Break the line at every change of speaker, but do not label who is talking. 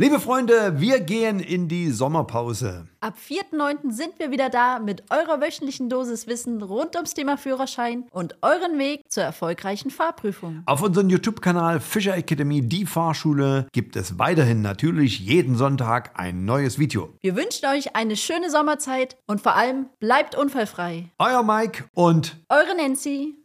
Liebe Freunde, wir gehen in die Sommerpause.
Ab 4.9. sind wir wieder da mit eurer wöchentlichen Dosis Wissen rund ums Thema Führerschein und euren Weg zur erfolgreichen Fahrprüfung.
Auf unserem YouTube-Kanal Fischer Academy, die Fahrschule, gibt es weiterhin natürlich jeden Sonntag ein neues Video.
Wir wünschen euch eine schöne Sommerzeit und vor allem bleibt unfallfrei.
Euer Mike und
Eure Nancy.